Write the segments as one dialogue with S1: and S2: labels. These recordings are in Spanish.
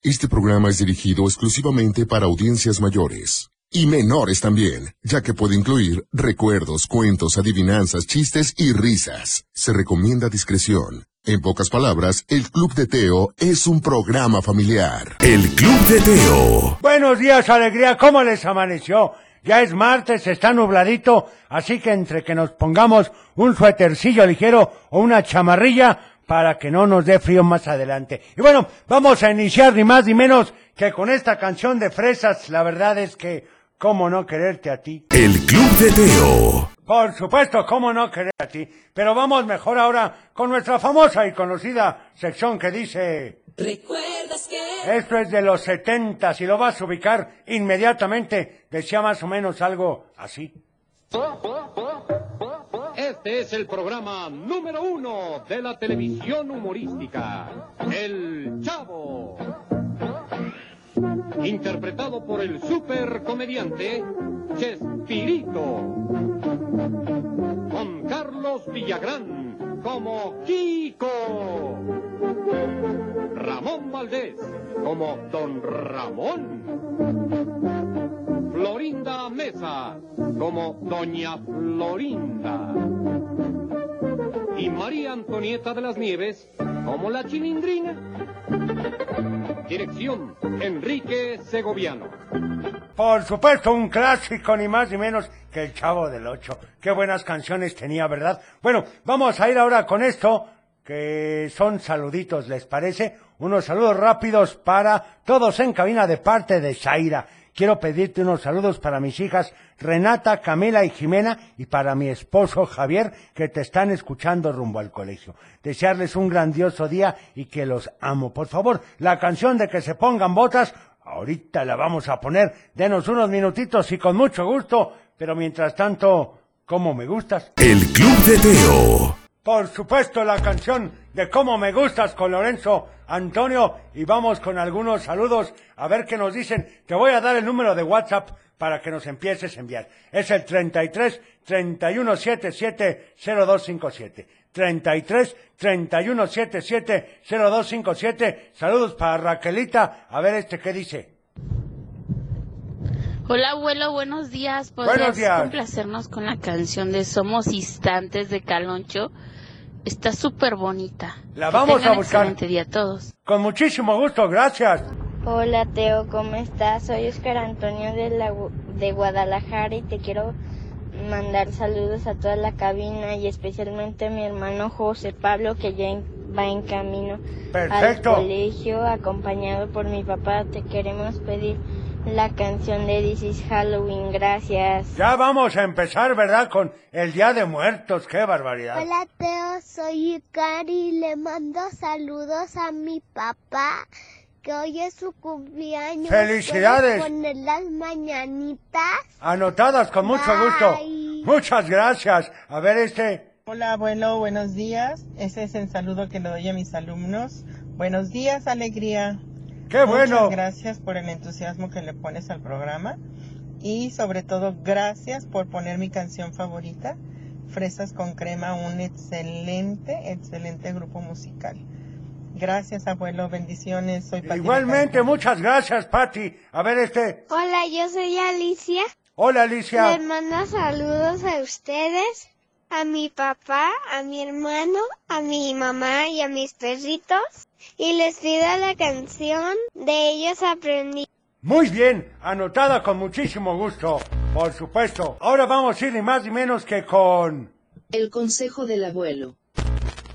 S1: Este programa es dirigido exclusivamente para audiencias mayores y menores también, ya que puede incluir recuerdos, cuentos, adivinanzas, chistes y risas. Se recomienda discreción. En pocas palabras, el Club de Teo es un programa familiar.
S2: El Club de Teo.
S3: Buenos días, alegría. ¿Cómo les amaneció? Ya es martes, está nubladito, así que entre que nos pongamos un suétercillo ligero o una chamarrilla para que no nos dé frío más adelante. Y bueno, vamos a iniciar ni más ni menos que con esta canción de fresas. La verdad es que, ¿cómo no quererte a ti?
S2: El Club de Teo.
S3: Por supuesto, cómo no querer a ti. Pero vamos mejor ahora con nuestra famosa y conocida sección que dice...
S4: ¿Recuerdas que?
S3: Esto es de los 70 y lo vas a ubicar inmediatamente. Decía más o menos algo así.
S5: Este es el programa número uno de la televisión humorística, El Chavo. Interpretado por el supercomediante Chespirito. Con Carlos Villagrán como Kiko. Ramón Valdés como Don Ramón. Florinda Mesa como Doña Florinda. Y María Antonieta de las Nieves como la Chilindrina. Dirección Enrique Segoviano.
S3: Por supuesto, un clásico, ni más ni menos que El Chavo del Ocho. Qué buenas canciones tenía, ¿verdad? Bueno, vamos a ir ahora con esto, que son saluditos, ¿les parece? Unos saludos rápidos para todos en cabina de parte de Shaira. Quiero pedirte unos saludos para mis hijas Renata, Camila y Jimena y para mi esposo Javier que te están escuchando rumbo al colegio. Desearles un grandioso día y que los amo. Por favor, la canción de que se pongan botas Ahorita la vamos a poner. Denos unos minutitos y con mucho gusto. Pero mientras tanto, ¿cómo me gustas?
S2: El Club de Teo.
S3: Por supuesto, la canción de ¿Cómo me gustas con Lorenzo Antonio. Y vamos con algunos saludos a ver qué nos dicen. Te voy a dar el número de WhatsApp para que nos empieces a enviar. Es el 33 31 77 0257. 33 31 77 0257. Saludos para Raquelita. A ver este qué dice.
S6: Hola abuelo, buenos días.
S3: Buenos
S6: ¿Podrías
S3: días.
S6: complacernos con la canción de Somos Instantes de Caloncho? Está súper bonita.
S3: La
S6: Que
S3: vamos
S6: tengan
S3: a buscar.
S6: Excelente día a todos.
S3: Con muchísimo gusto, gracias.
S7: Hola Teo, ¿cómo estás? Soy Oscar Antonio de, la, Gu- de Guadalajara y te quiero mandar saludos a toda la cabina y especialmente a mi hermano José Pablo que ya en- va en camino
S3: Perfecto.
S7: al colegio acompañado por mi papá. Te queremos pedir la canción de This is Halloween, gracias.
S3: Ya vamos a empezar, ¿verdad? Con el Día de Muertos. ¡Qué barbaridad!
S8: Hola Teo, soy Cari y le mando saludos a mi papá que hoy es su cumpleaños.
S3: ¡Felicidades!
S8: ¿Puedes poner las mañanitas?
S3: Anotadas con mucho
S8: Bye.
S3: gusto. Muchas gracias. A ver este.
S9: Hola abuelo, buenos días. Ese es el saludo que le doy a mis alumnos. Buenos días, alegría.
S3: ¡Qué bueno!
S9: Muchas gracias por el entusiasmo que le pones al programa y sobre todo gracias por poner mi canción favorita, Fresas con Crema, un excelente, excelente grupo musical. Gracias abuelo, bendiciones. Soy Pati
S3: Igualmente,
S9: Natal.
S3: muchas gracias, Patti. A ver este.
S8: Hola, yo soy Alicia.
S3: Hola, Alicia.
S8: Les mando saludos a ustedes, a mi papá, a mi hermano, a mi mamá y a mis perritos. Y les pido la canción de ellos aprendí.
S3: Muy bien, anotada con muchísimo gusto. Por supuesto. Ahora vamos a ir ni más ni menos que con...
S4: El consejo del abuelo.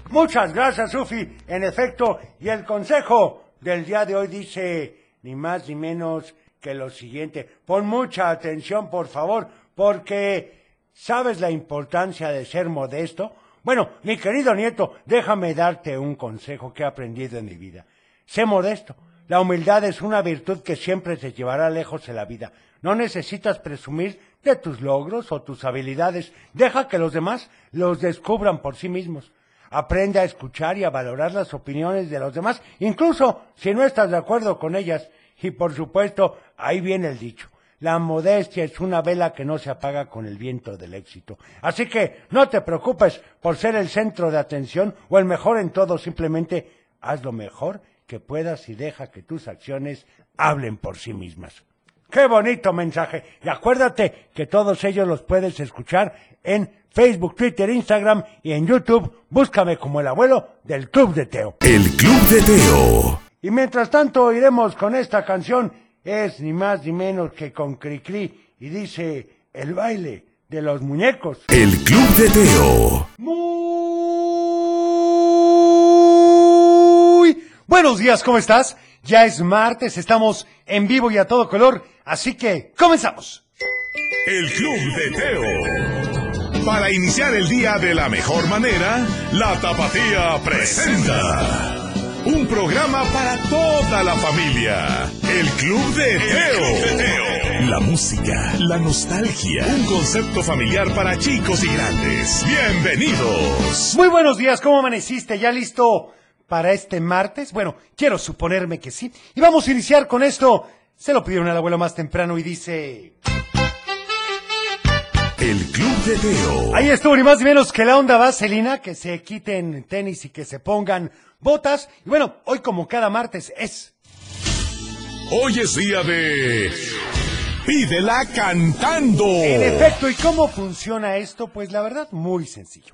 S3: Muchas gracias, Sufi. En efecto, y el consejo del día de hoy dice ni más ni menos que lo siguiente. Pon mucha atención, por favor, porque ¿sabes la importancia de ser modesto? Bueno, mi querido nieto, déjame darte un consejo que he aprendido en mi vida. Sé modesto. La humildad es una virtud que siempre te llevará lejos en la vida. No necesitas presumir de tus logros o tus habilidades. Deja que los demás los descubran por sí mismos. Aprende a escuchar y a valorar las opiniones de los demás, incluso si no estás de acuerdo con ellas. Y por supuesto, ahí viene el dicho. La modestia es una vela que no se apaga con el viento del éxito. Así que no te preocupes por ser el centro de atención o el mejor en todo, simplemente haz lo mejor
S10: que puedas y deja que tus acciones hablen por sí mismas. Qué bonito mensaje. Y acuérdate que todos ellos los puedes escuchar en Facebook, Twitter, Instagram y en YouTube. Búscame como el abuelo del Club de Teo.
S2: El Club de Teo.
S10: Y mientras tanto iremos con esta canción. Es ni más ni menos que con Cricri y dice el baile de los muñecos.
S2: El Club de Teo.
S3: Muy buenos días, ¿cómo estás? Ya es martes, estamos en vivo y a todo color, así que comenzamos.
S2: El Club de Teo. Para iniciar el día de la mejor manera, la Tapatía presenta. Un programa para toda la familia. El Club de Teo. La música, la nostalgia, un concepto familiar para chicos y grandes. Bienvenidos.
S3: Muy buenos días, ¿cómo amaneciste? ¿Ya listo para este martes? Bueno, quiero suponerme que sí. Y vamos a iniciar con esto. Se lo pidieron al abuelo más temprano y dice...
S2: El Club de Teo.
S3: Ahí estuvo ni más ni menos que la onda vaselina, que se quiten tenis y que se pongan botas. Y bueno, hoy como cada martes es...
S2: Hoy es día de... Pídela cantando.
S3: En efecto, ¿y cómo funciona esto? Pues la verdad, muy sencillo.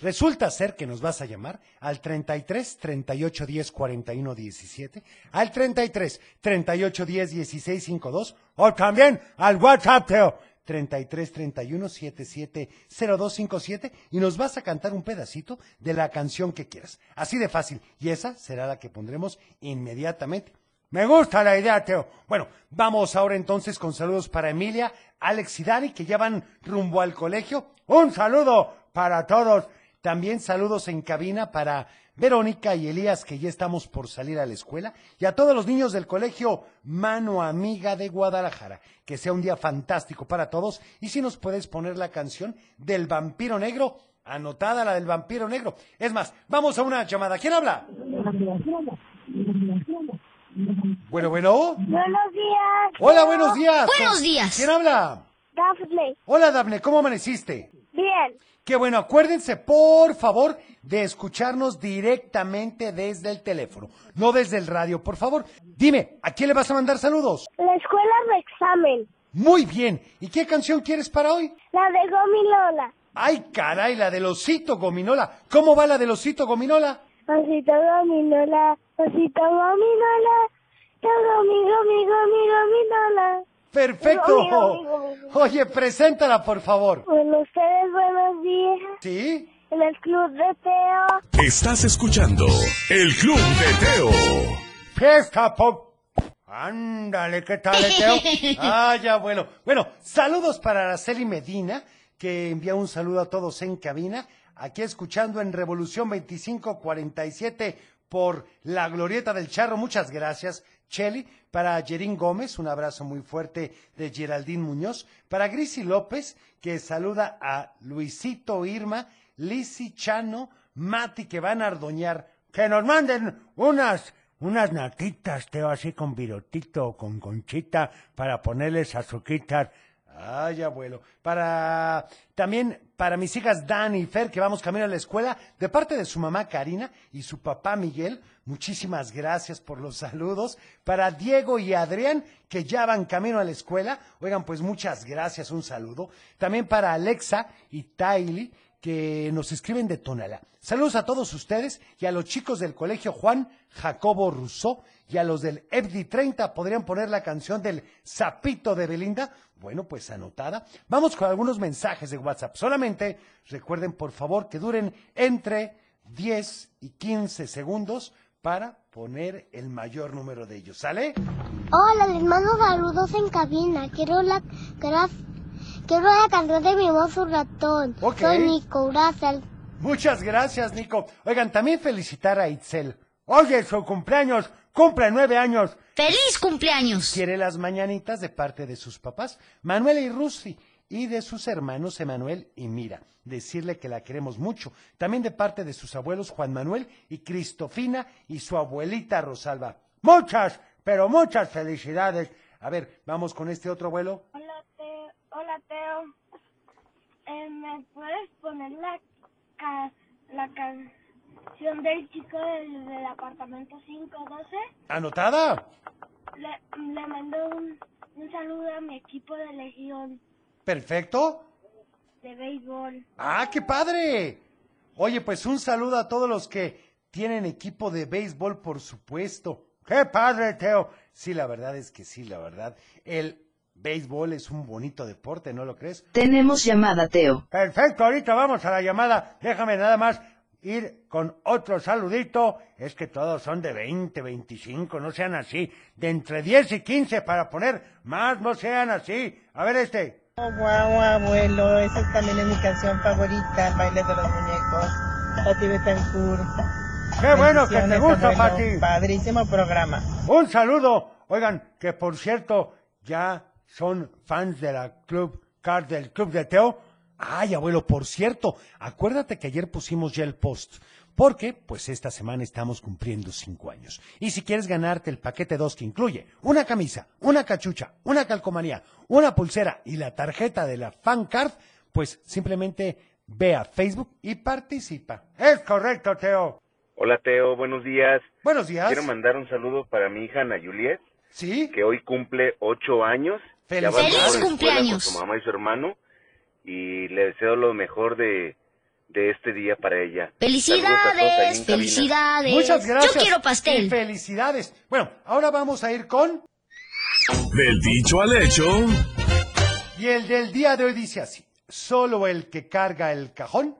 S3: Resulta ser que nos vas a llamar al 33 38 10 41 17, al 33 38 10 16 52 o también al WhatsApp Teo 33 31 77 0257 y nos vas a cantar un pedacito de la canción que quieras. Así de fácil y esa será la que pondremos inmediatamente. Me gusta la idea, Teo. Bueno, vamos ahora entonces con saludos para Emilia, Alex y Dani, que ya van rumbo al colegio. Un saludo para todos. También saludos en cabina para Verónica y Elías, que ya estamos por salir a la escuela, y a todos los niños del colegio Mano Amiga de Guadalajara. Que sea un día fantástico para todos. Y si nos puedes poner la canción del vampiro negro, anotada la del vampiro negro. Es más, vamos a una llamada. ¿Quién habla? Bueno, bueno.
S8: Buenos días.
S3: Hola, buenos días.
S8: Buenos días.
S3: ¿Quién habla?
S8: Dafne.
S3: Hola, Dafne, ¿cómo amaneciste?
S8: Bien.
S3: Que bueno, acuérdense, por favor, de escucharnos directamente desde el teléfono, no desde el radio, por favor. Dime, ¿a quién le vas a mandar saludos?
S8: La escuela de examen.
S3: Muy bien. ¿Y qué canción quieres para hoy?
S8: La de Gomilola.
S3: Ay, caray, la del osito gominola. ¿Cómo va la del osito gominola?
S8: Osito Gominola. Osito Gominola. Gomi, gomi, gomi, gominola.
S3: Perfecto.
S8: Gomi, gomi, gomi.
S3: Oye, preséntala, por favor.
S8: Bueno, ustedes, buenos días.
S3: ¿Sí?
S8: En el club de Teo.
S2: Estás escuchando El Club de Teo.
S3: Fiesta Pop. Ándale, ¿qué tal, eh, Teo? Ah, ya, bueno. Bueno, saludos para Araceli Medina, que envía un saludo a todos en cabina, aquí escuchando en Revolución 2547 por la Glorieta del Charro. Muchas gracias, Cheli. Para Yerín Gómez, un abrazo muy fuerte de Geraldine Muñoz. Para Grisi López, que saluda a Luisito Irma, Lisi Chano, Mati, que van a ardoñar. Que nos manden unas unas natitas, Teo, así con virotito o con conchita para ponerles azuquitas. Ay, abuelo. Para también para mis hijas Dan y Fer, que vamos camino a la escuela, de parte de su mamá Karina y su papá Miguel, muchísimas gracias por los saludos. Para Diego y Adrián, que ya van camino a la escuela, oigan, pues muchas gracias, un saludo. También para Alexa y Taily, que nos escriben de Tonalá. Saludos a todos ustedes y a los chicos del colegio Juan Jacobo Rousseau y a los del EFDI 30. ¿Podrían poner la canción del Zapito de Belinda? Bueno, pues anotada. Vamos con algunos mensajes de WhatsApp. Solamente recuerden, por favor, que duren entre 10 y 15 segundos para poner el mayor número de ellos. ¿Sale?
S8: Hola, les mando saludos en cabina. Quiero la Quiero la canción de mi voz un ratón.
S3: Ok.
S8: Soy Nico Brazel.
S3: Muchas gracias, Nico. Oigan, también felicitar a Itzel. Oye, su cumpleaños, cumple nueve años.
S11: ¡Feliz cumpleaños!
S3: Quiere las mañanitas de parte de sus papás, Manuel y Rusty, y de sus hermanos Emanuel y Mira. Decirle que la queremos mucho. También de parte de sus abuelos Juan Manuel y Cristofina y su abuelita Rosalba. Muchas, pero muchas felicidades. A ver, vamos con este otro abuelo.
S8: Hola, Teo. Hola, Teo.
S11: Eh,
S8: ¿Me puedes poner la, la,
S11: Son del chico del, del apartamento 512.
S3: ¿Anotada?
S11: Le, le mando un, un saludo a mi equipo de Legión
S3: Perfecto.
S11: de béisbol.
S3: ¡Ah, qué padre! Oye, pues un saludo a todos los que tienen equipo de béisbol, por supuesto. ¡Qué padre, Teo! Sí, la verdad es que sí, la verdad. El béisbol es un bonito deporte, ¿no lo crees?
S12: Tenemos llamada, Teo.
S3: Perfecto, ahorita vamos a la llamada. Déjame nada más ir con otro saludito. Es que todos son de 20, 25, no sean así. De entre 10 y 15 para poner más, no sean así. A ver este.
S9: Oh, guau, abuelo, esa también es mi canción favorita, el baile de los muñecos, Pati Betancourt.
S3: ¡Qué bueno que te
S9: Bendiciones,
S3: gusta,
S9: abuelo,
S3: Pati!
S9: Padrísimo programa.
S3: Un saludo. Oigan, que por cierto, ya son fans de la Club Car del Club de Teo. Ay, abuelo, por cierto, acuérdate que ayer pusimos ya el post. Porque, pues esta semana estamos cumpliendo cinco años. Y si quieres ganarte el paquete 2 que incluye una camisa, una cachucha, una calcomanía, una pulsera y la tarjeta de la fan card, pues simplemente ve a Facebook y participa. Es correcto, Teo.
S13: Hola Teo, buenos días.
S3: Buenos días.
S13: Quiero mandar un saludo para mi hija Ana Juliet.
S3: Sí.
S13: Que hoy cumple ocho años.
S3: Feliz-
S13: Ya va a
S3: ¡Feliz
S13: entrar a la escuela Con
S3: cumpleaños!
S13: su mamá y su hermano. Y le deseo lo mejor de, de este día para ella. Saludos a todos ahí en cabina.
S3: Muchas gracias.
S14: Yo quiero pastel.
S3: Y felicidades. Bueno, ahora vamos a ir con.
S2: Del dicho al hecho,
S3: Y el del día de hoy dice así: Solo el que carga el cajón.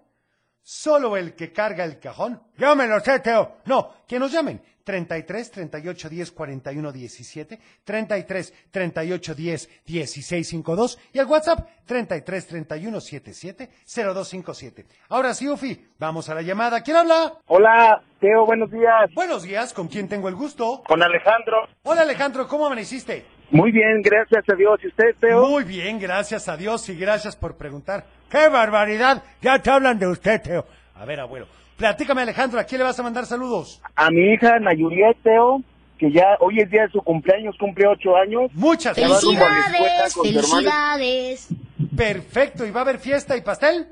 S3: Solo el que carga el cajón. Llámenlo, sé, Teo. No, que nos llamen. 33 38 10 41 17, 33 38 10 16 52 y el WhatsApp 33 31 77 0257. Ahora sí, Ufi, vamos a la llamada. ¿Quién habla?
S15: Hola, Teo, buenos días.
S3: Buenos días, ¿con quién tengo el gusto?
S15: Con Alejandro.
S3: Hola Alejandro, ¿cómo amaneciste?
S15: Muy bien, gracias a Dios. ¿Y usted, Teo?
S3: Muy bien, gracias a Dios y gracias por preguntar. ¡Qué barbaridad! Ya te hablan de usted, Teo. A ver, abuelo, platícame Alejandro, ¿a quién le vas a mandar saludos?
S15: A mi hija Nayuliet, Teo, que ya hoy es día de su cumpleaños, cumple ocho años.
S3: Muchas
S15: Ya va rumbo a la escuela con su hermano.
S3: Perfecto, ¿y va a haber fiesta y pastel?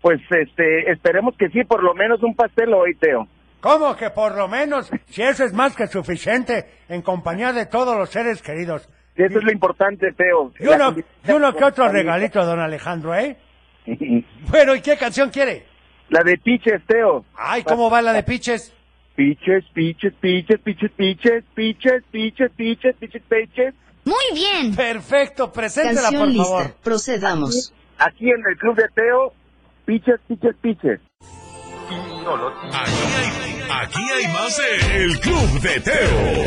S15: Pues este, esperemos que sí, por lo menos un pastel hoy, Teo.
S3: ¿Cómo que por lo menos? Si eso es más que suficiente, en compañía de todos los seres queridos.
S15: Eso es lo importante, Teo.
S3: Y uno, y uno que otro regalito, don Alejandro, ¿eh? Bueno, ¿y qué canción quiere?
S15: La de Piches, Teo.
S3: Ay, ¿cómo va la de Piches?
S15: Piches, piches, piches, piches, piches, piches, piches, piches, piches, piches.
S14: Muy bien.
S3: Perfecto, preséntela,
S12: Canción
S3: por
S12: lista.
S3: favor.
S12: Procedamos.
S15: Aquí en el Club de Teo, piches, piches, piches.
S2: aquí hay más de El Club de Teo.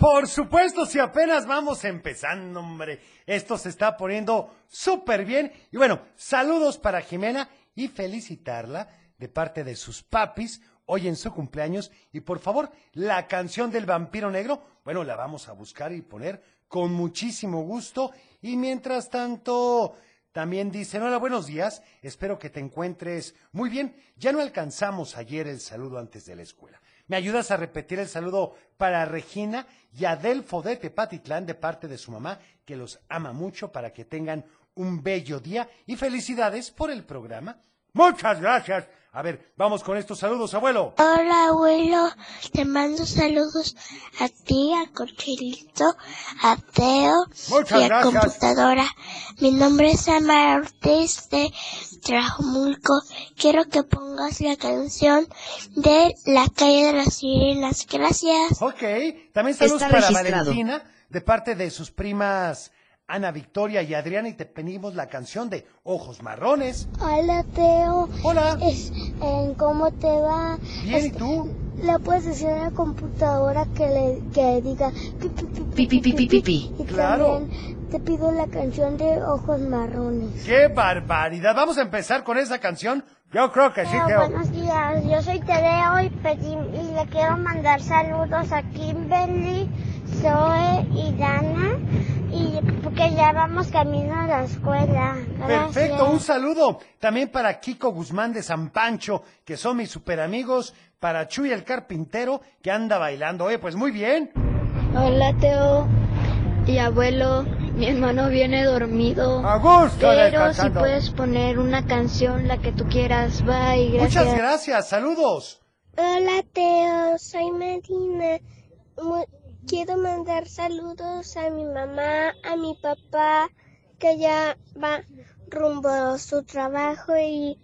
S3: Por supuesto, si apenas vamos empezando, hombre. Esto se está poniendo súper bien. Y bueno, saludos para Jimena y felicitarla de parte de sus papis hoy en su cumpleaños. Y por favor, la canción del vampiro negro, bueno, la vamos a buscar y poner con muchísimo gusto. Y mientras tanto, también dicen, hola, buenos días, espero que te encuentres muy bien. Ya no alcanzamos ayer el saludo antes de la escuela. ¿Me ayudas a repetir el saludo para Regina y Adelfo de Tepatitlán de parte de su mamá, que los ama mucho para que tengan un bello día y felicidades por el programa? Muchas gracias. A ver, vamos con estos saludos, abuelo.
S8: Hola abuelo, te mando saludos a ti, a Cochelito, a Teo
S3: Muchas
S8: y a
S3: gracias.
S8: computadora. Mi nombre es Amara Ortiz de Trajumulco. Quiero que pongas la canción de La calle de las sirenas. Gracias.
S3: Ok, también saludos
S8: Está
S3: para
S8: registrado.
S3: Valentina de parte de sus primas Ana Victoria y Adriana y te pedimos la canción de Ojos Marrones.
S8: Hola Teo.
S3: Hola.
S8: ¿Cómo te va?
S3: Bien, ¿y tú?
S8: Le puedes decir a la computadora que le que diga
S12: Pi, pi, pi, pi, pi, pi.
S8: Y
S3: Claro.
S8: también te pido la canción de Ojos Marrones.
S3: ¡Qué barbaridad! Vamos a empezar con esa canción. Yo creo que sí, Teo.
S8: buenos días, yo soy Tadeo y, pedí- y le quiero mandar saludos a Kimberly, Zoe y Dana y porque ya vamos camino a la escuela. Gracias.
S3: Perfecto, un saludo también para Kiko Guzmán de San Pancho, que son mis super amigos, para Chuy el carpintero, que anda bailando. Oye, pues muy bien.
S16: Hola Teo y abuelo,
S14: Mi hermano viene
S3: Ah,
S14: dormido.
S10: A gusto,
S14: Pero si
S10: descansando.
S14: puedes poner una canción, la que tú quieras. Bye, gracias.
S3: Muchas gracias, saludos.
S8: Hola Teo, soy Marina. Mu- quiero mandar saludos a mi mamá, a mi papá, que ya va rumbo a su trabajo y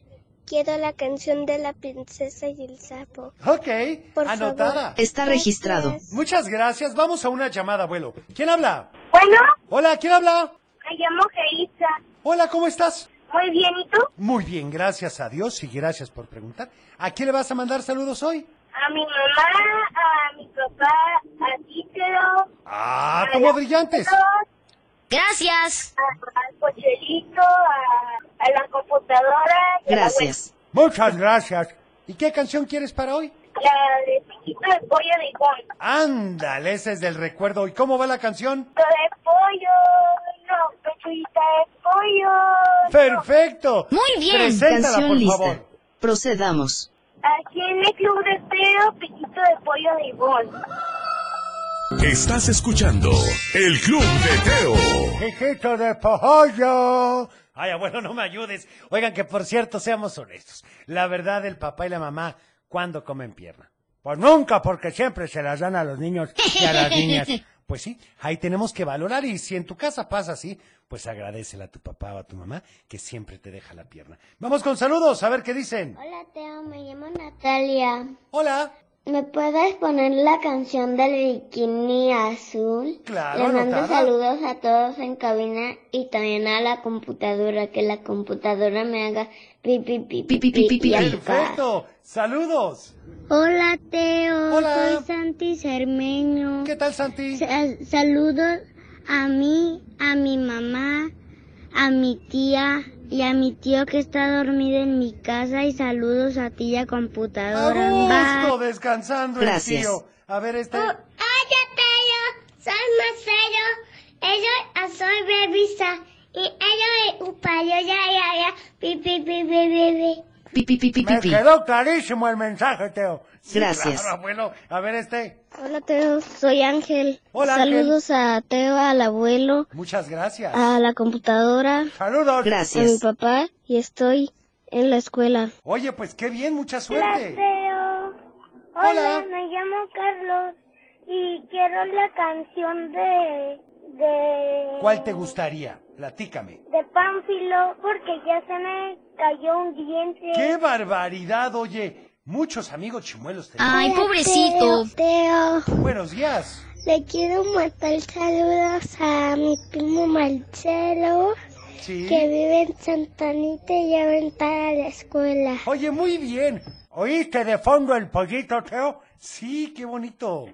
S8: quiero la canción de la princesa y el sapo.
S3: Ok,
S8: Por
S3: anotada.
S8: favor. Está registrado.
S3: Muchas gracias. Vamos a una llamada, abuelo. ¿Quién habla?
S8: Bueno.
S3: Hola, ¿quién habla?
S8: Me llamo Geisa.
S3: Hola, ¿cómo estás?
S8: Muy bien, ¿y tú?
S3: Muy bien, gracias a Dios y gracias por preguntar. ¿A quién le vas a mandar saludos hoy?
S8: A mi mamá, a mi papá, a Títero.
S3: Ah, como brillantes.
S8: Gracias. Al cocherito, a, la computadora.
S3: Muchas gracias. ¿Y qué canción quieres para hoy?
S8: La de Piquito de Pollo de Gon.
S3: Ándale, ese es del recuerdo. ¿Y cómo va la canción?
S8: de pollo, no, pechuguita de pollo.
S3: Perfecto. Preséntala, por favor.
S12: Procedamos.
S8: Aquí en el club de pedo, piquito de pollo de Gon.
S2: Estás escuchando el Club de Teo.
S3: Hijito de pollo. Ay, abuelo, no me ayudes. Oigan, que por cierto, seamos honestos. La verdad, el papá y la mamá, ¿cuándo comen pierna? Pues nunca, porque siempre se las dan a los niños y a las niñas. Pues sí, ahí tenemos que valorar y si en tu casa pasa así, pues agradecela a tu papá o a tu mamá que siempre te deja la pierna. Vamos con saludos, a ver qué dicen.
S11: Hola Teo, me llamo Natalia.
S3: Hola.
S11: ¿Me puedes poner la canción del bikini azul?
S3: Claro,
S11: Le mando
S3: anotada.
S11: saludos a todos en cabina y también a la computadora, que la computadora me haga pi pi pi pi pi, pi, y al fa.
S3: Perfecto, saludos.
S11: Hola Teo,
S3: Hola.
S11: soy Santi Cermeño.
S3: ¿Qué tal Santi?
S11: saludos a mí, a mi mamá, a mi tía y a mi tío que está dormido en mi casa y saludos a ti y a computadora.
S3: A
S11: Bye.
S3: gusto, descansando
S11: Gracias. Oh.
S3: el tío. A ver, este...
S8: Hola, Teo. Soy Marcelo. Ella ah, soy bebisa. Y ella es un payo, ya, ya, ya. Pi, pi, pi, pi, pi, pi.
S3: Me quedó clarísimo el mensaje, Teo. Sí,
S11: Gracias.
S3: claro, abuelo. A ver, este.
S11: Hola, Teo. Soy Ángel.
S3: Hola,
S11: Saludos a Teo, al abuelo,
S3: Muchas gracias.
S11: a
S8: Ah,
S11: la computadora.
S3: Saludos.
S11: A mi papá y estoy en la escuela.
S3: Oye, pues qué bien, mucha suerte.
S8: Hola, me llamo Carlos y quiero la canción de de
S3: ¿Cuál te gustaría? Platícame.
S8: de Pánfilo porque ya se me cayó un diente.
S3: ¡Qué barbaridad! Oye, muchos amigos chimuelos tenemos.
S8: Ay, pobrecito. Teo.
S3: Buenos días.
S8: Le quiero mandar saludos a mi primo Marcelo
S3: Sí.
S8: que vive en Santanita y ya va a entrar a la escuela.
S3: Oye, muy bien. ¿Oíste de fondo el pollito, Teo? Sí, qué bonito.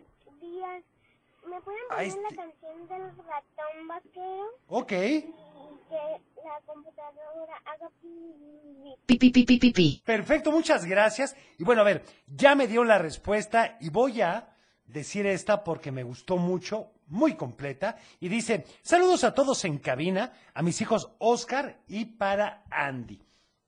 S8: ¿Me pueden
S3: Ay, este
S8: poner la canción del ratón vaquero?
S3: Ok.
S8: Y que la computadora haga pi-
S12: Pi, pi, pi, pi, pi, pi.
S3: Perfecto, muchas gracias. Y bueno, a ver, ya me dio la respuesta y voy a decir esta porque me gustó mucho, muy completa. Y dice, saludos a todos en cabina, a mis hijos Oscar y para Andy.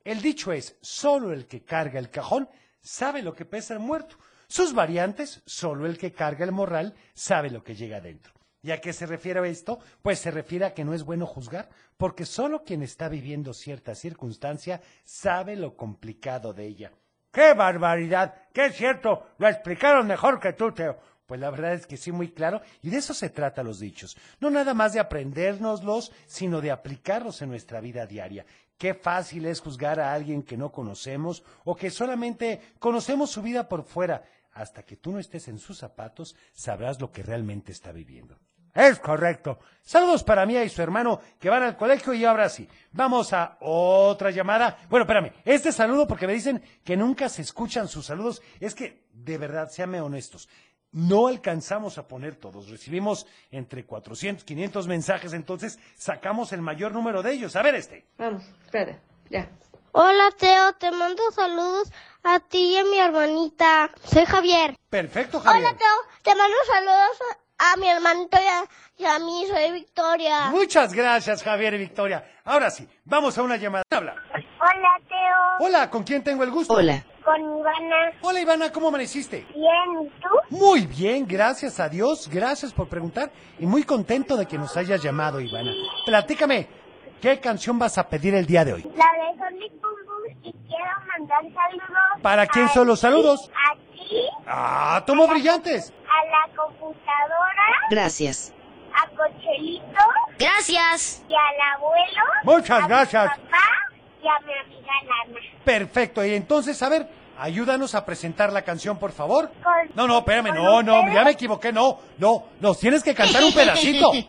S3: El dicho es, solo el que carga el cajón sabe lo que pesa el muerto. Sus variantes, solo el que carga el morral sabe lo que llega adentro. ¿Y a qué se refiere esto? Pues se refiere a que no es bueno juzgar, porque solo quien está viviendo cierta circunstancia sabe lo complicado de ella. ¡Qué barbaridad! ¡Qué es cierto! Lo explicaron mejor que tú, Teo. Pues la verdad es que sí, muy claro, y de eso se trata los dichos. No nada más de aprendérnoslos, sino de aplicarlos en nuestra vida diaria. Qué fácil es juzgar a alguien que no conocemos o que solamente conocemos su vida por fuera. Hasta que tú no estés en sus zapatos, sabrás lo que realmente está viviendo. Es correcto. Saludos para Mía y su hermano que van al colegio y ahora sí. Vamos a otra llamada. Bueno, espérame. Este saludo porque me dicen que nunca se escuchan sus saludos. Es que, de verdad, séame honestos. No alcanzamos a poner todos. Recibimos entre 400, 500 mensajes. Entonces sacamos el mayor número de ellos. A ver este.
S16: Vamos, espera, ya.
S8: Hola Teo, te mando saludos a ti y a mi hermanita. Soy Javier.
S3: Perfecto, Javier.
S8: Hola Teo, te mando saludos a mi hermanito y a, y a mí. Soy Victoria.
S3: Muchas gracias, Javier y Victoria. Ahora sí, vamos a una llamada. Habla.
S8: Hola Teo.
S3: Hola, ¿con quién tengo el gusto?
S12: Hola.
S8: con Ivana.
S3: Hola Ivana, ¿cómo amaneciste?
S8: Bien, ¿y tú?
S3: Muy bien, gracias a Dios, gracias por preguntar y muy contento de que nos hayas llamado Ivana. Platícame, ¿qué canción vas a pedir el día de hoy?
S8: La de Sonic Boom Boom y quiero mandar saludos.
S3: ¿Para quién
S8: a
S3: son los
S8: ti,
S3: saludos?
S8: A ti,
S3: Ah, tomo brillantes.
S8: a la computadora,
S12: Gracias.
S8: a Cochelito. Gracias. Y al abuelo.
S3: Muchas
S8: a mi
S3: gracias.
S8: papá y a mi amiga Lana.
S3: Perfecto, y entonces, a ver, ayúdanos a presentar la canción, por favor.
S8: Con-
S3: No, no, espérame,
S8: con
S3: no, no,
S8: ustedes.
S3: ya me equivoqué, no, no, nos tienes que cantar un pedacito.
S8: Ajá,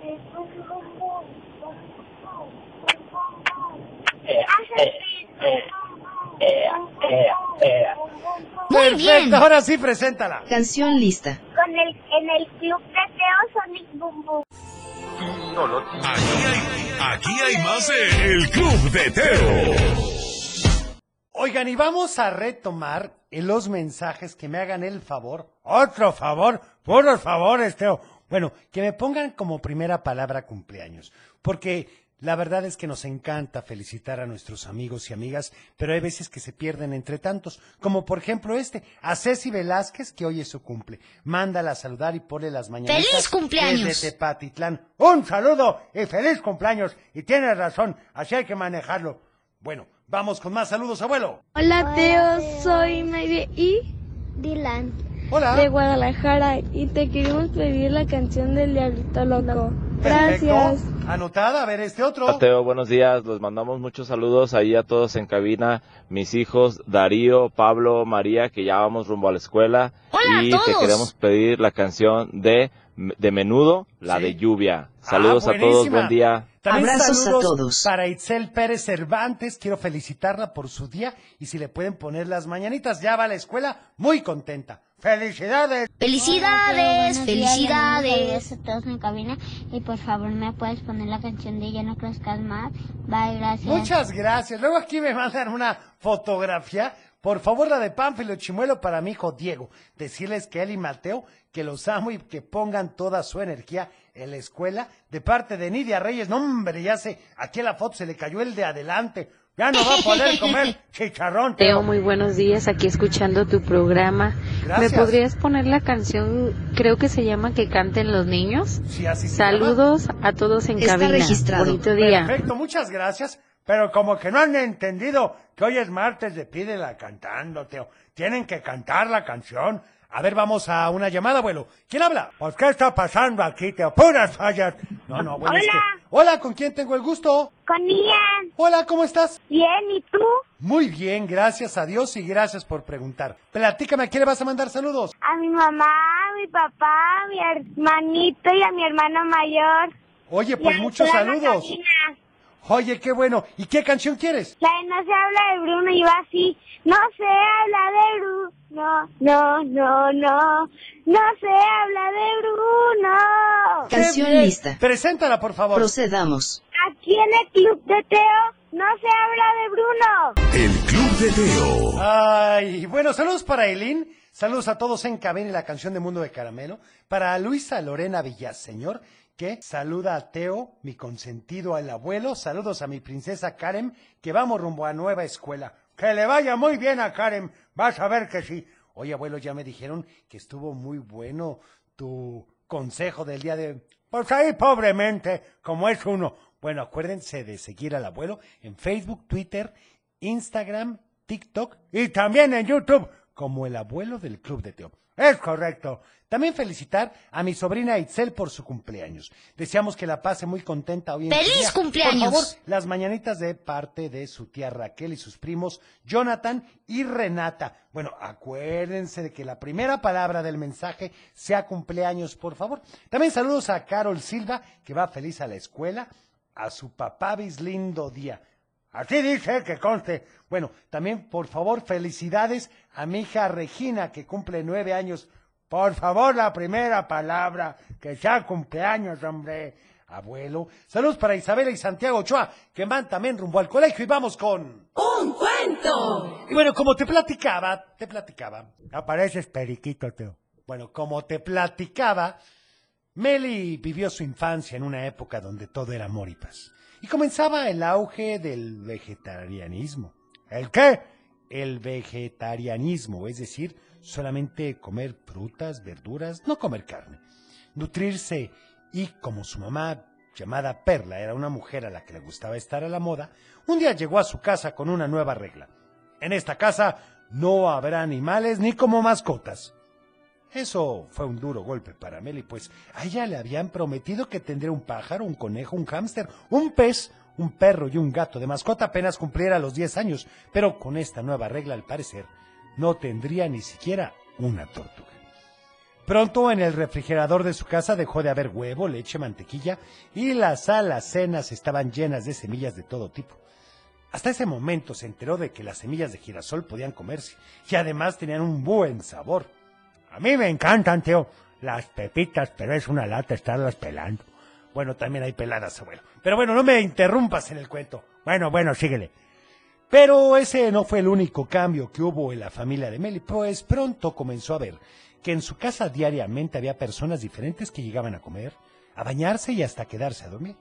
S8: pues, bum, bum, bum, bum, bum, bum, bum. Ajá, pues, bum, bum, bum, bum,
S3: Eh.
S8: bum, bum, bum, bum.
S3: Perfecto, ahora sí, preséntala.
S12: Canción lista.
S8: Con el, en el club de Teo Sonic Boom Boom.
S2: Aquí hay, aquí hay más de El Club de Teo.
S3: Oigan, y vamos a retomar en los mensajes que me hagan el favor. Otro favor, puros favores, Teo. Bueno, que me pongan como primera palabra cumpleaños. Porque la verdad es que nos encanta felicitar a nuestros amigos y amigas, pero hay veces que se pierden entre tantos. Como por ejemplo este, a Ceci Velázquez, que hoy es su cumple. Mándala a saludar y ponle las mañanitas.
S12: ¡Feliz cumpleaños!
S3: Desde Tepatitlán. Un saludo y feliz cumpleaños. Y tienes razón, así hay que manejarlo. Bueno, vamos con más saludos, abuelo.
S17: Hola, Teo, soy Mayre y Dylan
S3: Hola.
S17: de Guadalajara y te queremos pedir la canción del Diablito Loco.
S3: Perfecto.
S17: Gracias.
S3: Anotada, a ver este otro.
S18: Hola, Teo, buenos días. Los mandamos muchos saludos ahí a todos en cabina. Mis hijos, Darío, Pablo, María, que ya vamos rumbo a la escuela.
S19: Hola a
S18: y te
S19: todos.
S18: queremos pedir la canción de, de menudo, la
S3: Sí. Ah,
S18: de lluvia. Saludos a todos,
S3: buenísima.
S18: buen día.
S3: También
S12: Abrazos a
S3: saludos
S12: todos.
S3: Para Itzel Pérez Cervantes, quiero felicitarla por su día y si le pueden poner las mañanitas, ya va a la escuela muy contenta. ¡Felicidades!
S20: Felicidades, felicidades.
S21: a todos en cabina y por favor me puedes poner la canción de Ya no crezcas más. Bye, gracias.
S3: Muchas gracias. Luego aquí me mandan una fotografía. Por favor, la de Pánfilo Chimuelo para mi hijo Diego. Decirles que él y Mateo, que los amo y que pongan toda su energía en la escuela. De parte de Nidia Reyes. No, hombre, ya sé. Aquí en la foto se le cayó el de adelante. Ya no va a poder comer chicharrón.
S6: Teo, muy buenos días, aquí escuchando tu programa.
S3: Gracias.
S6: ¿Me podrías poner la canción, creo que se llama Que canten los niños?
S3: Sí, así se
S6: Saludos a todos en
S3: Está
S6: cabina.
S3: registrado.
S6: Bonito día.
S3: Perfecto, muchas gracias. Pero como que no han entendido que hoy es martes de pídela cantando, Teo. Tienen que cantar la canción. A ver, vamos a una llamada, abuelo. ¿Quién habla? Pues, ¿qué está pasando aquí, Teo? ¡Puras fallas! No, no, abuelo, es que-
S8: Hola.
S3: Hola, ¿con quién tengo el gusto?
S8: Con Ian.
S3: Hola, ¿cómo estás?
S8: Bien, ¿y tú?
S3: Muy bien, gracias a Dios y gracias por preguntar. Platícame, ¿a quién le vas a mandar saludos?
S8: A mi mamá, a mi papá, a mi hermanito y a mi hermano mayor.
S3: Oye,
S8: Y
S3: pues
S8: a
S3: muchos
S8: toda la
S3: saludos.
S8: cabina.
S3: Oye, qué bueno. ¿Y qué canción quieres?
S8: La de no se habla de Bruno y va así. No se habla de Bruno. No, no, no, no. No se habla de Bruno.
S12: Canción
S3: bien.
S12: lista.
S3: Preséntala, por favor.
S12: Procedamos.
S8: Aquí en el club de Teo no se habla de Bruno.
S2: El Club de Teo.
S3: Ay, bueno, saludos para Eileen, saludos a todos en Cabina y la canción de Mundo de Caramelo, para Luisa Lorena Villaseñor, que saluda a Teo, mi consentido al abuelo, saludos a mi princesa Karen, que vamos rumbo a nueva escuela. Que le vaya muy bien a Karen, vas a ver que sí. Oye, abuelo, ya me dijeron que estuvo muy bueno tu consejo del día de... Pues ahí pobremente, como es uno. Bueno, acuérdense de seguir al abuelo en Facebook, Twitter, Instagram, TikTok y también en YouTube, como el abuelo del Club de Teo. Es correcto. También felicitar a mi sobrina Itzel por su cumpleaños. Deseamos que la pase muy contenta hoy en su
S12: ¡Feliz
S3: día.
S12: cumpleaños!
S3: Por favor, las mañanitas de parte de su tía Raquel y sus primos Jonathan y Renata. Bueno, acuérdense de que la primera palabra del mensaje sea cumpleaños, por favor. También saludos a Carol Silva, que va feliz a la escuela, a su papá Bislindo Día. Así dice que conste. Bueno, también, por favor, felicidades a mi hija Regina, que cumple nueve años. Por favor, la primera palabra, que sea cumpleaños, hombre. Abuelo. Saludos para Isabela y Santiago Ochoa, que van también rumbo al colegio y vamos con...
S8: ¡Un cuento!
S3: Y bueno, como te platicaba, te platicaba. Apareces periquito, Teo. Bueno, como te platicaba, Meli vivió su infancia en una época donde todo era amor y paz. Y comenzaba el auge del vegetarianismo. ¿El qué? el vegetarianismo, es decir, solamente comer frutas, verduras, no comer carne, nutrirse y como su mamá llamada Perla era una mujer a la que le gustaba estar a la moda, un día llegó a su casa con una nueva regla. En esta casa no habrá animales ni como mascotas. Eso fue un duro golpe para Meli, pues a ella le habían prometido que tendría un pájaro, un conejo, un hámster, un pez, un perro y un gato de mascota apenas cumpliera los 10 años, pero con esta nueva regla al parecer no tendría ni siquiera una tortuga. Pronto en el refrigerador de su casa dejó de haber huevo, leche, mantequilla y las alacenas estaban llenas de semillas de todo tipo. Hasta ese momento se enteró de que las semillas de girasol podían comerse y además tenían un buen sabor. A mí me encantan, tío, las pepitas, pero es una lata estarlas pelando. Bueno, también hay peladas, abuelo. Pero bueno, no me interrumpas en el cuento. Bueno, bueno, síguele. Pero ese no fue el único cambio que hubo en la familia de Meli, pues pronto comenzó a ver que en su casa diariamente había personas diferentes que llegaban a comer, a bañarse y hasta quedarse a dormir.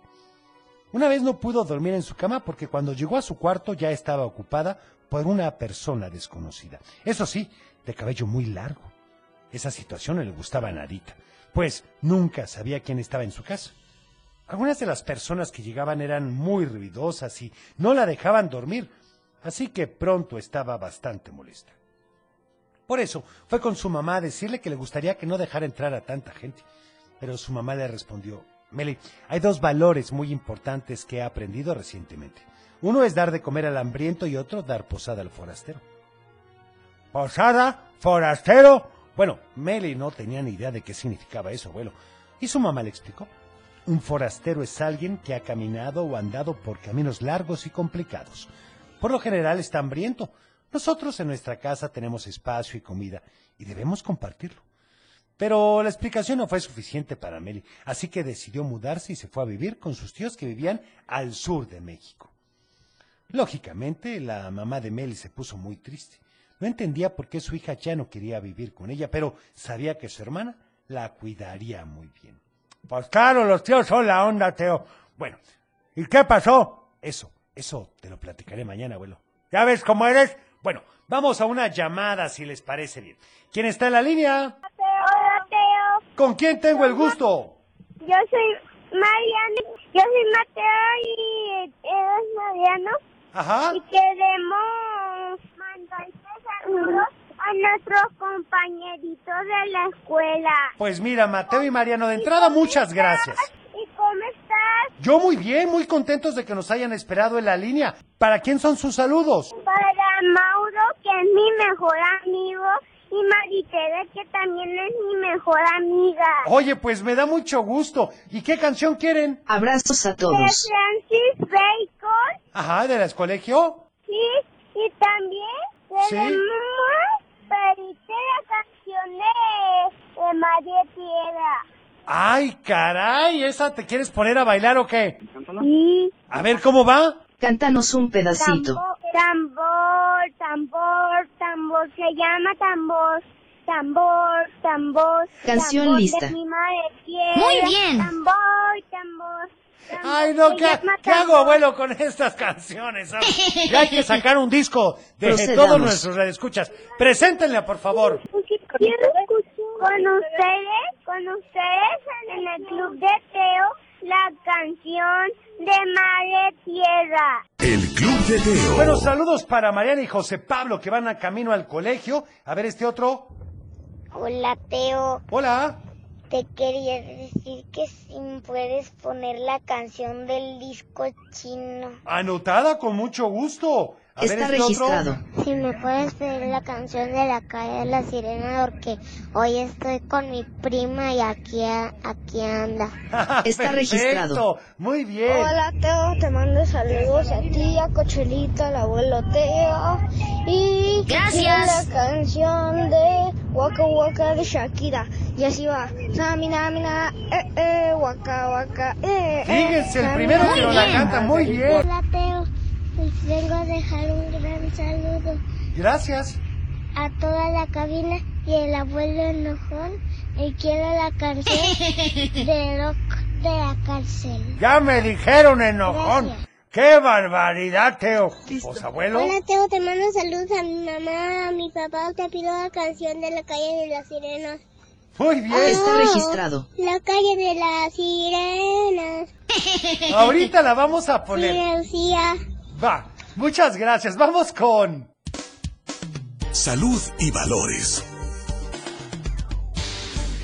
S3: Una vez no pudo dormir en su cama porque cuando llegó a su cuarto ya estaba ocupada por una persona desconocida. Eso sí, de cabello muy largo. Esa situación no le gustaba a Nadita, pues nunca sabía quién estaba en su casa. Algunas de las personas que llegaban eran muy ruidosas y no la dejaban dormir, así que pronto estaba bastante molesta. Por eso fue con su mamá a decirle que le gustaría que no dejara entrar a tanta gente. Pero su mamá le respondió, Meli, hay dos valores muy importantes que he aprendido recientemente. Uno es dar de comer al hambriento y otro dar posada al forastero. ¿Posada? ¿Forastero? Bueno, Meli no tenía ni idea de qué significaba eso, abuelo. Y su mamá le explicó. Un forastero es alguien que ha caminado o andado por caminos largos y complicados. Por lo general está hambriento. Nosotros en nuestra casa tenemos espacio y comida y debemos compartirlo. Pero la explicación no fue suficiente para Meli, así que decidió mudarse y se fue a vivir con sus tíos que vivían al sur de México. Lógicamente, la mamá de Meli se puso muy triste. No entendía por qué su hija ya no quería vivir con ella, pero sabía que su hermana la cuidaría muy bien. Pues claro, los tíos son la onda, Teo. Bueno, ¿y qué pasó? Eso, eso te lo platicaré mañana, abuelo. ¿Ya ves cómo eres? Bueno, vamos a una llamada si les parece bien. ¿Quién está en la línea?
S8: Hola, Teo.
S3: ¿Con quién tengo el gusto?
S8: Yo soy Mariano. Yo soy Mateo y eres Mariano.
S3: Ajá.
S8: Y queremos mandarte saludos a nuestros compañeritos de la escuela.
S3: Pues mira, Mateo y Mariano, de entrada muchas gracias.
S8: ¿Y cómo estás?
S3: Yo muy bien, muy contentos de que nos hayan esperado en la línea. ¿Para quién son sus saludos?
S8: Para Mauro, que es mi mejor amigo, y Maritere, que también es mi mejor amiga.
S3: Oye, pues me da mucho gusto. ¿Y qué canción quieren?
S12: Abrazos a
S8: De
S12: todos.
S8: Francis Bacon,
S3: Ajá, de la colegio.
S8: sí, y también
S3: Sí.
S8: tenemos Perite la canción de, de María Tierra.
S3: Ay, caray, ¿esa te quieres poner a bailar o qué?
S8: Sí.
S3: A ver cómo va.
S12: Cántanos un pedacito.
S8: Tambor, tambor, tambor, tambor, se llama tambor. Tambor, tambor.
S12: Canción
S8: tambor
S12: lista.
S8: De mi madre tierra.
S20: Muy bien.
S8: Tambor, tambor. tambor,
S3: Ay, no,
S8: se
S3: ¿qué,
S8: llama
S3: qué hago,
S8: tambor.
S3: abuelo, con estas canciones? ¿sabes? Ya hay que sacar un disco de
S12: Procedamos.
S3: todos nuestros radioescuchas. Preséntenla, por favor.
S8: Con ustedes, con ustedes en el club de Teo, la canción de Madre Tierra.
S2: El Club de Teo.
S3: Bueno, saludos para Mariana y José Pablo que van a camino al colegio. A ver este otro.
S8: Hola, Teo.
S3: Hola.
S8: Te quería decir que si puedes poner la canción del disco chino.
S3: Anotada con mucho gusto. A ver
S12: Está
S3: este
S12: registrado.
S3: otro.
S8: Si me puedes pedir la canción de la calle de la sirena porque hoy estoy con mi prima y aquí, aquí anda.
S12: Está
S3: Perfecto.
S12: registrado.
S3: Muy bien.
S8: Hola Teo, te mando saludos a ti, a Cochelita, al abuelo Teo y
S20: Gracias.
S8: y la canción de Waka Waka de Shakira. Y así va. Samina, mina, eh, eh, Waka Waka, eh, eh.
S3: Fíjense, el
S8: Samina,
S3: primero que nos la
S8: mina.
S3: canta muy bien.
S8: Hola Teo, les vengo a dejar un gran saludo
S3: Gracias.
S8: a toda la cabina y el abuelo enojón. Y quiero la canción de rock de la cárcel.
S3: Ya me dijeron enojón.
S8: Gracias.
S3: ¡Qué barbaridad, Teo! Pues, abuelo.
S8: Hola, Teo, te mando saludos a mi mamá, a mi papá. Te pido la canción de la calle de las sirenas.
S3: Muy bien.
S8: Ah,
S9: Está registrado.
S8: La calle de las sirenas.
S3: Ahorita la vamos a poner.
S8: Mira, Lucía.
S3: Va, muchas gracias. Vamos con.
S2: Salud y valores.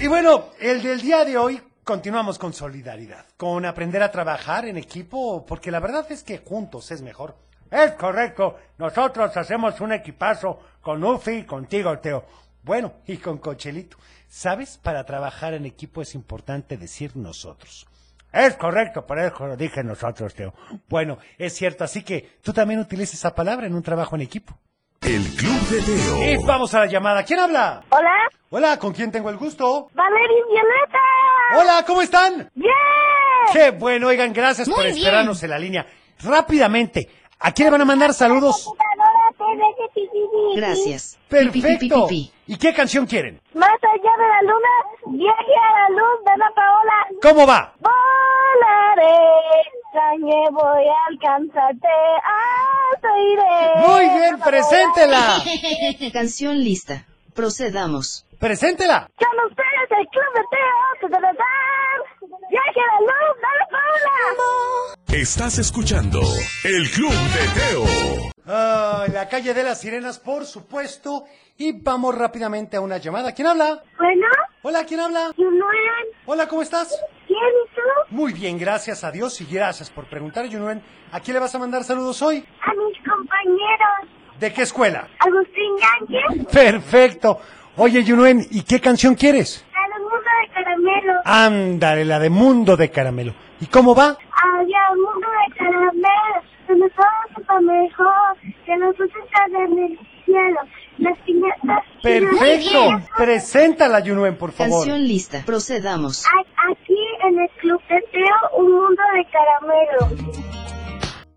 S3: Y bueno, el del día de hoy continuamos con solidaridad, con aprender a trabajar en equipo, porque la verdad es que juntos es mejor. Es correcto, nosotros hacemos un equipazo con Ufi, contigo, Teo. Bueno, y con Cochelito. ¿Sabes? Para trabajar en equipo es importante decir nosotros. Es correcto, por eso lo dije nosotros, Teo. Bueno, es cierto, así que tú también utilices esa palabra en un trabajo en equipo.
S2: El Club de Teo.
S3: Y vamos a la llamada. ¿Quién habla?
S8: Hola,
S3: Hola, ¿con quién tengo el gusto?
S8: Valeria Violeta.
S3: Hola, ¿cómo están?
S8: ¡Bien!
S3: Qué bueno, oigan, gracias por
S8: bien.
S3: esperarnos en la línea. Rápidamente, ¿a quién le van a mandar saludos?
S9: Gracias.
S3: Perfecto. ¿Y qué canción quieren?
S8: Más allá de la luna, viaje a la luz de la Paola.
S3: ¿Cómo va?
S8: Volaré, extrañé, voy a alcanzarte, alto iré.
S3: Muy bien, preséntela.
S9: Canción lista. Procedamos.
S3: Preséntela.
S8: Con ustedes el club de Teo, te dar viaje a la luz de la Paola.
S2: Estás escuchando El Club de Teo.
S3: Ah, la calle de las sirenas, por supuesto. Y vamos rápidamente a una llamada. ¿Quién habla?
S8: Bueno,
S3: Hola, ¿quién habla?
S8: Yunuen,
S3: Hola, ¿cómo estás?
S8: ¿quién es tú?
S3: Muy bien, gracias a Dios y gracias por preguntar, Junuen. ¿A quién le vas a mandar saludos hoy?
S8: A mis compañeros,
S3: ¿De qué escuela?
S8: Agustín Yanke,
S3: Perfecto. Oye, Junuen, ¿y qué canción quieres?
S8: a la mundo de caramelo.
S3: Ándale, la de Mundo de Caramelo. ¿Y cómo va?
S8: Había un mundo de caramelo, donde todo sepa mejor, que los dulces caen en el cielo, las piñatas... y
S3: Perfecto.
S8: los-
S3: Preséntala, Junuen, por favor.
S9: Canción lista. Procedamos.
S8: A- Aquí en el Club de Teo, un mundo de caramelo.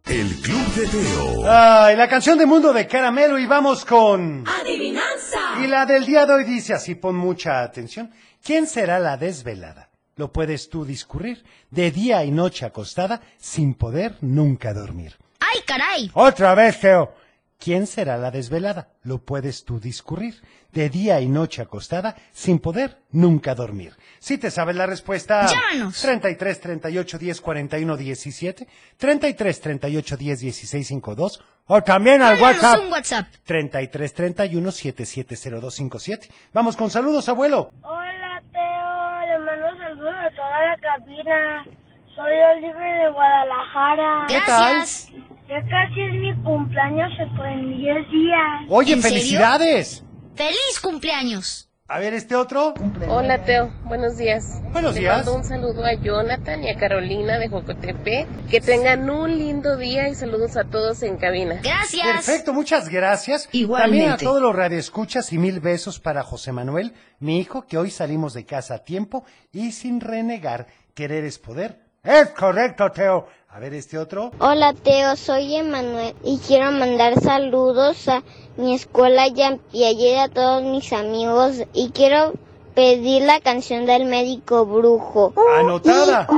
S2: El Club de Teo.
S3: Ay, la canción de Mundo de Caramelo y vamos con...
S22: Adivinanza.
S3: Y la del día de hoy dice así, pon mucha atención. ¿Quién será la desvelada? Lo puedes tú discurrir, de día y noche acostada, sin poder nunca dormir.
S23: ¡Ay, caray!
S3: Otra vez, Teo. ¿Quién será la desvelada? Lo puedes tú discurrir, de día y noche acostada, sin poder nunca dormir. Si te sabes la respuesta...
S23: Llámanos.
S3: 33 38 10 41 17, 33 38 10 16 52, o también al
S23: Mándanos
S3: WhatsApp
S23: un WhatsApp.
S3: 33 31 770257. Vamos con saludos, abuelo.
S8: Hola, Teo, le mando saludos a toda la cabina. Soy Oliver de Guadalajara.
S3: ¿Qué tal?
S23: Gracias.
S8: Ya casi es mi cumpleaños, se pueden 10 días.
S3: Oye,
S23: ¿En serio?
S3: felicidades.
S23: ¡Feliz cumpleaños!
S3: A ver, este otro.
S6: Hola Teo, buenos días.
S3: Buenos
S6: Le
S3: días.
S6: mando un saludo a Jonathan y a Carolina de Jocotepec. Que tengan un lindo día y saludos a todos en cabina.
S23: ¡Gracias!
S3: Perfecto, muchas gracias.
S9: Igualmente.
S3: También a todos los radioescuchas y mil besos para José Manuel, mi hijo, que hoy salimos de casa a tiempo y sin renegar, querer es poder. Es correcto, Teo. A ver, este otro.
S24: Hola Teo, soy Emanuel y quiero mandar saludos a mi escuela y a, y ayer a todos mis amigos y quiero pedir la canción del médico brujo. ah,
S3: Anotada.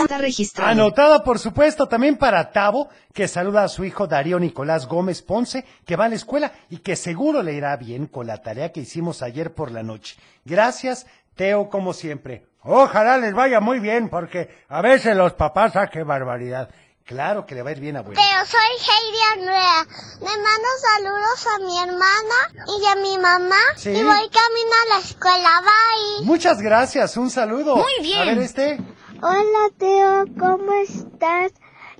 S9: Está registrado.
S3: Anotada, por supuesto, también para Tavo, que saluda a su hijo Darío Nicolás Gómez Ponce, que va a la escuela y que seguro le irá bien con la tarea que hicimos ayer por la noche. Gracias, Teo, como siempre. Ojalá les vaya muy bien, porque a veces los papás, ah, qué barbaridad. Claro que le va a ir bien, abuelo.
S8: Teo, soy Heidi Andrea. Le mando saludos a mi hermana y a mi mamá.
S3: Sí.
S8: Y voy camino a la escuela. Bye.
S3: Muchas gracias, un saludo.
S23: Muy bien.
S3: A ver este.
S8: Hola, Teo. ¿Cómo estás?